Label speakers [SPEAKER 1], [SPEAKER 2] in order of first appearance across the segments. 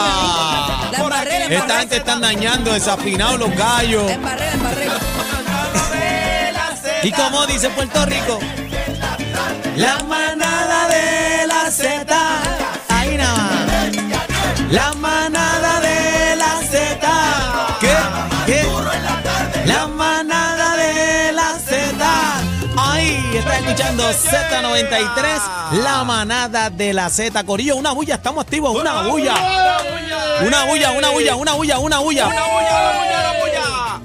[SPEAKER 1] Ah, Esta gente está dañando, desafinados los gallos.
[SPEAKER 2] Embarré, embarré.
[SPEAKER 1] Y como dice Puerto Rico, la manada de la Z. Ahí nada más. La manada de la Z. ¿Qué? ¿Qué? La manada de la Z. Ahí está escuchando Z93, la manada de la Z. Corillo, una bulla, estamos activos, Ah, una bulla. Una bulla, una bulla, una bulla, una bulla.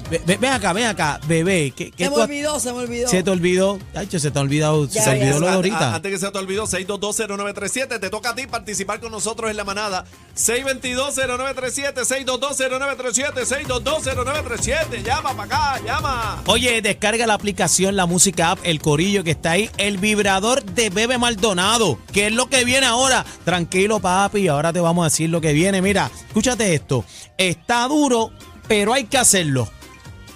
[SPEAKER 1] Ve- ve- Ven acá, ven acá, bebé. ¿qué, qué
[SPEAKER 2] Se me
[SPEAKER 1] tú has-
[SPEAKER 2] olvidó, se me olvidó.
[SPEAKER 1] se te olvidó, Tacho, se te ha olvidado,
[SPEAKER 2] Ya,
[SPEAKER 1] se te
[SPEAKER 2] ya.
[SPEAKER 1] olvidó lo de
[SPEAKER 3] A-
[SPEAKER 1] ahorita.
[SPEAKER 3] a- Antes que se te olvidó, 6220937. Te toca a ti participar con nosotros en la manada. 6220937, 6220937, 6220937. Llama para acá, llama.
[SPEAKER 1] Oye, descarga la aplicación, la música app, el corillo que está ahí, el vibrador de Bebe Maldonado, que es lo que viene ahora. Tranquilo, papi, ahora te vamos a decir lo que viene. Mira, escúchate esto. Está duro, pero hay que hacerlo.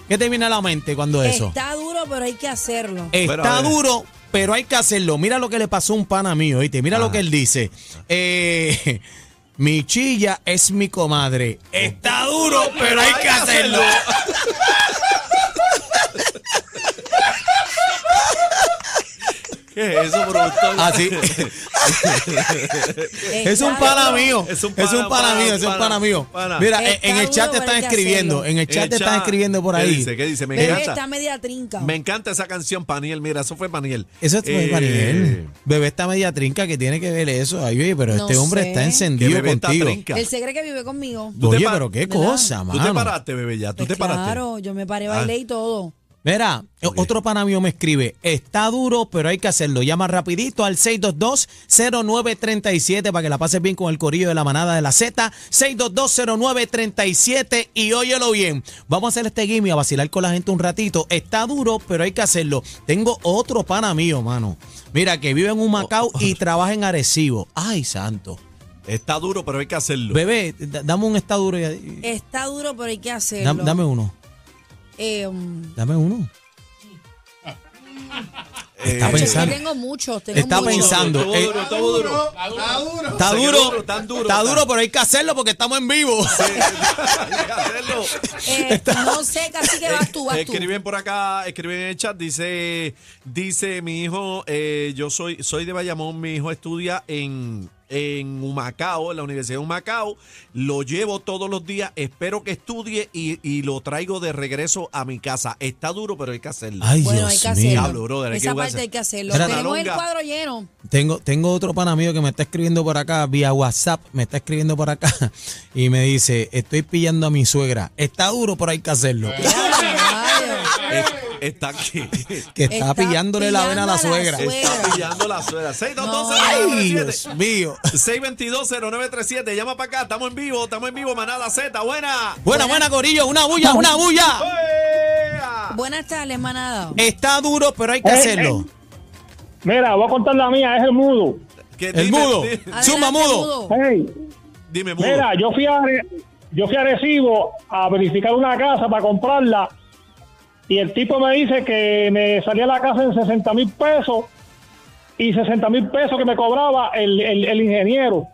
[SPEAKER 1] ¿Qué te viene a la mente cuando eso? Eh,
[SPEAKER 2] Está duro, pero hay que hacerlo.
[SPEAKER 3] Pero, a
[SPEAKER 1] Está
[SPEAKER 3] ver.
[SPEAKER 1] duro, pero hay que hacerlo. Mira lo que le pasó a un pana mío, ¿viste? Mira lo que él dice. Eh, mi chilla es mi comadre. Está duro, pero hay que hacerlo.
[SPEAKER 3] ¿Qué es eso, productor?
[SPEAKER 1] Así. Es un pana mío. Es un pana,
[SPEAKER 3] pana,
[SPEAKER 1] mío, es un
[SPEAKER 3] pana,
[SPEAKER 1] pana mío.
[SPEAKER 3] pana.
[SPEAKER 1] Mira,
[SPEAKER 2] Está
[SPEAKER 1] en el chat te
[SPEAKER 2] duro, pero
[SPEAKER 1] están
[SPEAKER 2] hay que
[SPEAKER 1] escribiendo.
[SPEAKER 2] hacerlo.
[SPEAKER 1] En el chat te están escribiendo por
[SPEAKER 3] ¿Qué
[SPEAKER 1] ahí.
[SPEAKER 3] dice? ¿Qué dice? Me
[SPEAKER 2] Bebé
[SPEAKER 3] encanta.
[SPEAKER 2] está media trinca.
[SPEAKER 3] Me encanta esa canción, Paniel. Mira, eso fue Paniel.
[SPEAKER 1] Eso es
[SPEAKER 3] Eh,
[SPEAKER 1] Mariel. Bebé está media trinca que tiene que ver eso. Ay, oye, pero
[SPEAKER 2] No
[SPEAKER 1] este hombre
[SPEAKER 2] sé.
[SPEAKER 1] está
[SPEAKER 2] Que
[SPEAKER 1] encendido
[SPEAKER 3] bebé está
[SPEAKER 1] contigo.
[SPEAKER 3] trinca.
[SPEAKER 2] Él se cree que vive conmigo.
[SPEAKER 3] Tú te
[SPEAKER 1] Oye,
[SPEAKER 3] pa-
[SPEAKER 1] pero qué
[SPEAKER 2] ¿Verdad?
[SPEAKER 1] cosa,
[SPEAKER 3] Tú
[SPEAKER 1] mano.
[SPEAKER 3] te paraste, bebé, ya. Tú
[SPEAKER 2] Pues
[SPEAKER 3] te paraste.
[SPEAKER 2] Claro, yo me paré, bailé
[SPEAKER 1] Ah.
[SPEAKER 2] y todo.
[SPEAKER 1] Mira, otro pana mío me escribe, está duro, pero hay que hacerlo. Llama rapidito al 622-0937 para que la pases bien con el corillo de la manada de la Z. 622-0937 y óyelo bien. Vamos a hacer este game y a vacilar con la gente un ratito. Está duro, pero hay que hacerlo. Tengo otro pana mío, mano. Mira, que vive en un Macao y trabaja en Arecibo. Ay, santo.
[SPEAKER 3] Está duro, pero hay que hacerlo.
[SPEAKER 1] Bebé, d- dame un está duro. y- y-
[SPEAKER 2] Está duro, pero hay que hacerlo.
[SPEAKER 1] dam- Dame uno,
[SPEAKER 2] Eh, um,
[SPEAKER 1] dame uno.
[SPEAKER 3] Eh,
[SPEAKER 1] Está
[SPEAKER 2] es que
[SPEAKER 1] pensando.
[SPEAKER 2] tengo muchos, tengo
[SPEAKER 1] Está
[SPEAKER 2] muchos.
[SPEAKER 1] pensando.
[SPEAKER 3] Estuvo
[SPEAKER 1] eh,
[SPEAKER 3] duro, estuvo duro.
[SPEAKER 1] Está
[SPEAKER 3] Está
[SPEAKER 1] duro,
[SPEAKER 3] duro, tan duro,
[SPEAKER 1] está
[SPEAKER 3] tan-
[SPEAKER 1] duro, pero hay que hacerlo porque estamos en vivo.
[SPEAKER 3] Hay que hacerlo.
[SPEAKER 2] Eh, no sé, casi que vas tú,
[SPEAKER 1] Eh,
[SPEAKER 2] vas tú.
[SPEAKER 3] Escriben por acá, escriben en el chat, dice, dice mi hijo, eh, yo soy, soy de Bayamón, mi hijo estudia en, en Humacao, en la Universidad de Humacao, lo llevo todos los días, espero que estudie y, y lo traigo de regreso a mi casa. Está duro, pero hay que hacerlo.
[SPEAKER 1] Ay,
[SPEAKER 2] Bueno, hay
[SPEAKER 1] Dios
[SPEAKER 2] que
[SPEAKER 1] mío.
[SPEAKER 2] hacerlo.
[SPEAKER 3] Diablo, brother, hay que
[SPEAKER 2] Esa parte
[SPEAKER 3] jugarse.
[SPEAKER 2] hay que hacerlo.
[SPEAKER 1] Espérate.
[SPEAKER 2] Tenemos el
[SPEAKER 3] Longa.
[SPEAKER 2] cuadro lleno.
[SPEAKER 1] Tengo, tengo otro pana mío que me está escribiendo por acá vía WhatsApp, me está escribiendo por acá y me dice, estoy pillando a mi suegra. Está duro, pero hay que hacerlo.
[SPEAKER 3] Es- está aquí.
[SPEAKER 1] Que está,
[SPEAKER 2] Está
[SPEAKER 1] pillándole la vena a la
[SPEAKER 2] pillando a
[SPEAKER 1] suegra.
[SPEAKER 2] la suegra.
[SPEAKER 3] Está pillando la suegra. 622
[SPEAKER 1] Ay, Dios mío.
[SPEAKER 3] 622-0937, llama para acá, estamos en vivo, estamos en vivo, manada Z, buena.
[SPEAKER 1] Buena, buena, Corillo, una bulla, una bulla.
[SPEAKER 3] ¡Ea!
[SPEAKER 2] Buenas tardes, manada.
[SPEAKER 1] Está duro, pero hay que
[SPEAKER 4] Eh, eh.
[SPEAKER 1] hacerlo.
[SPEAKER 4] Mira, voy a contar la mía, es el mudo.
[SPEAKER 3] Que
[SPEAKER 1] El
[SPEAKER 3] dime-
[SPEAKER 1] mudo.
[SPEAKER 3] di-
[SPEAKER 2] Adelante,
[SPEAKER 1] Zumba, mudo.
[SPEAKER 4] Hey,
[SPEAKER 3] Dime, mudo.
[SPEAKER 4] mira, yo fui a Are- yo fui a Arecibo a verificar una casa para comprarla y el tipo me dice que me salía la casa en 60 mil pesos y 60 mil pesos que me cobraba el, el- el ingeniero.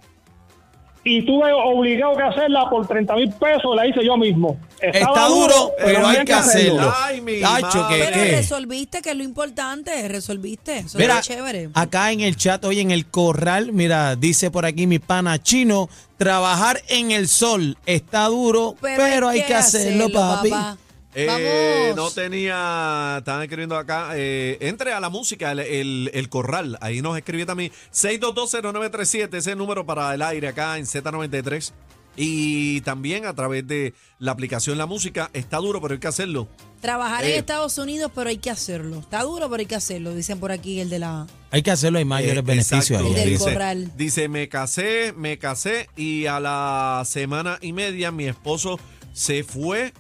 [SPEAKER 4] Y tuve obligado que hacerla por 30 mil pesos, la hice yo mismo.
[SPEAKER 1] Está duro, pero hay que hacerlo.
[SPEAKER 3] Ay, mi
[SPEAKER 1] Tacho, que
[SPEAKER 3] madre.
[SPEAKER 2] Pero
[SPEAKER 1] qué.
[SPEAKER 2] resolviste, que es lo importante, resolviste. Eso
[SPEAKER 1] Mira, ah,
[SPEAKER 2] es chévere.
[SPEAKER 1] acá en el chat, hoy en el corral, mira, dice por aquí mi pana chino, trabajar en el sol está duro, pero, hay que, hacerlo, papi.
[SPEAKER 2] papá.
[SPEAKER 3] Eh, no
[SPEAKER 2] Vamos.
[SPEAKER 3] tenía, estaban escribiendo acá, eh, entre a la música, el, el- el corral, ahí nos escribió también 6220937, ese es el número para el aire acá en Z93 y también a través de la aplicación La Música, está duro, pero hay que hacerlo.
[SPEAKER 2] Trabajar
[SPEAKER 3] Eh.
[SPEAKER 2] en Estados Unidos, pero hay que hacerlo. Está duro, pero hay que hacerlo. Dicen por aquí el de la.
[SPEAKER 1] Hay que hacerlo, hay mayores
[SPEAKER 3] Eh,
[SPEAKER 1] beneficios
[SPEAKER 3] exacto.
[SPEAKER 1] ahí.
[SPEAKER 2] Del
[SPEAKER 1] dice.
[SPEAKER 2] corral.
[SPEAKER 3] Dice, me casé, me casé y a la semana y media mi esposo se fue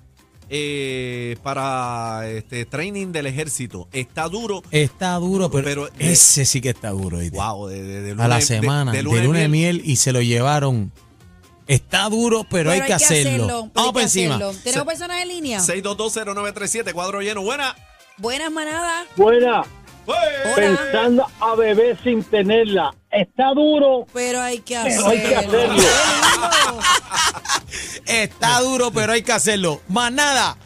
[SPEAKER 3] eh, para este training del ejército. Está duro.
[SPEAKER 1] Está duro, pero,
[SPEAKER 3] Pero, eh,
[SPEAKER 1] ese sí que está duro. ¿viste?
[SPEAKER 3] Wow, de, de- de
[SPEAKER 1] A
[SPEAKER 3] lunes-
[SPEAKER 1] la
[SPEAKER 3] de-
[SPEAKER 1] semana, de, lunes de
[SPEAKER 3] miel.
[SPEAKER 1] miel y se lo llevaron. Está duro, pero, hay, que hacerlo.
[SPEAKER 2] hay
[SPEAKER 1] Vamos
[SPEAKER 2] que
[SPEAKER 1] por encima.
[SPEAKER 2] hacerlo. Tenemos personas en línea.
[SPEAKER 3] 6220937, cuadro lleno. Buena.
[SPEAKER 2] Buenas manadas.
[SPEAKER 4] Buena,
[SPEAKER 1] Oh.
[SPEAKER 3] ¡Ey!
[SPEAKER 2] Hola.
[SPEAKER 4] a bebé sin tenerla. Está duro,
[SPEAKER 2] Pero hay que
[SPEAKER 4] Pero hay que
[SPEAKER 2] hacerlo.
[SPEAKER 4] hacerlo.
[SPEAKER 2] Qué lindo.
[SPEAKER 1] Está duro, pero hay que hacerlo. Más nada.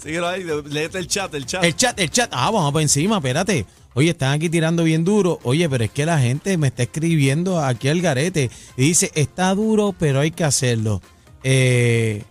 [SPEAKER 3] Síguelo ahí, léete el chat, el chat.
[SPEAKER 1] El chat, el chat. Ah, vamos para encima, espérate. Oye, están aquí tirando bien duro. Oye, pero es que la gente me está escribiendo aquí al garete y dice, está duro, pero hay que hacerlo. Eh,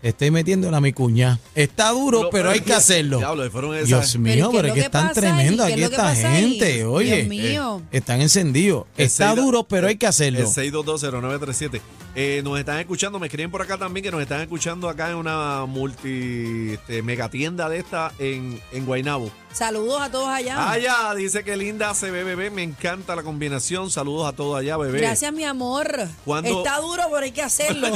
[SPEAKER 1] estoy metiéndola a mi cuña. Está duro,
[SPEAKER 3] No,
[SPEAKER 1] pero hay que hacerlo.
[SPEAKER 3] Diablo, fueron esas.
[SPEAKER 1] Dios mío,
[SPEAKER 2] ¿qué es
[SPEAKER 1] pero es
[SPEAKER 2] lo
[SPEAKER 1] que
[SPEAKER 2] que
[SPEAKER 1] están
[SPEAKER 2] pasa ahí?
[SPEAKER 1] tremendos
[SPEAKER 2] ¿Qué es
[SPEAKER 1] aquí
[SPEAKER 2] lo que
[SPEAKER 1] esta
[SPEAKER 2] pasa ahí?
[SPEAKER 1] gente.
[SPEAKER 2] Dios
[SPEAKER 1] Oye,
[SPEAKER 2] mío.
[SPEAKER 1] eh, están encendidos.
[SPEAKER 3] El
[SPEAKER 1] Está
[SPEAKER 3] 622
[SPEAKER 1] duro, pero hay que hacerlo.
[SPEAKER 3] El 6220937. Eh, nos están escuchando, me escriben por acá también que nos están escuchando acá en una multi este, megatienda de esta en, en Guaynabo.
[SPEAKER 2] Saludos a todos
[SPEAKER 1] Ah.
[SPEAKER 2] allá.
[SPEAKER 3] Allá dice que linda se ve bebé, me encanta la combinación. Saludos a todos allá, bebé.
[SPEAKER 2] Gracias, mi amor.
[SPEAKER 3] ¿Cuándo-
[SPEAKER 2] Está duro, pero hay que hacerlo.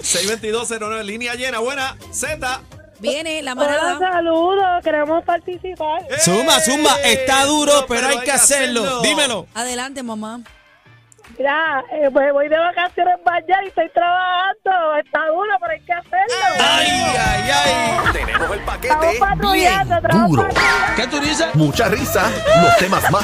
[SPEAKER 3] 62209, línea llena, buena, Z.
[SPEAKER 2] Viene la
[SPEAKER 5] Hola,
[SPEAKER 2] manada.
[SPEAKER 5] saludos, queremos participar.
[SPEAKER 1] Suma, suma,
[SPEAKER 3] ¡Eh!
[SPEAKER 1] está duro, pero hay que hacerlo. Dímelo.
[SPEAKER 2] Adelante, mamá.
[SPEAKER 5] Ya, eh, pues voy de vacaciones para allá y estoy trabajando. Está duro, pero hay que hacerlo.
[SPEAKER 3] Ah,
[SPEAKER 1] Ay, ay, ay.
[SPEAKER 6] Tenemos el
[SPEAKER 5] Estamos
[SPEAKER 6] paquete
[SPEAKER 5] patrullando, estamos
[SPEAKER 6] duro.
[SPEAKER 5] patrullando.
[SPEAKER 6] Mucha risa, los temas más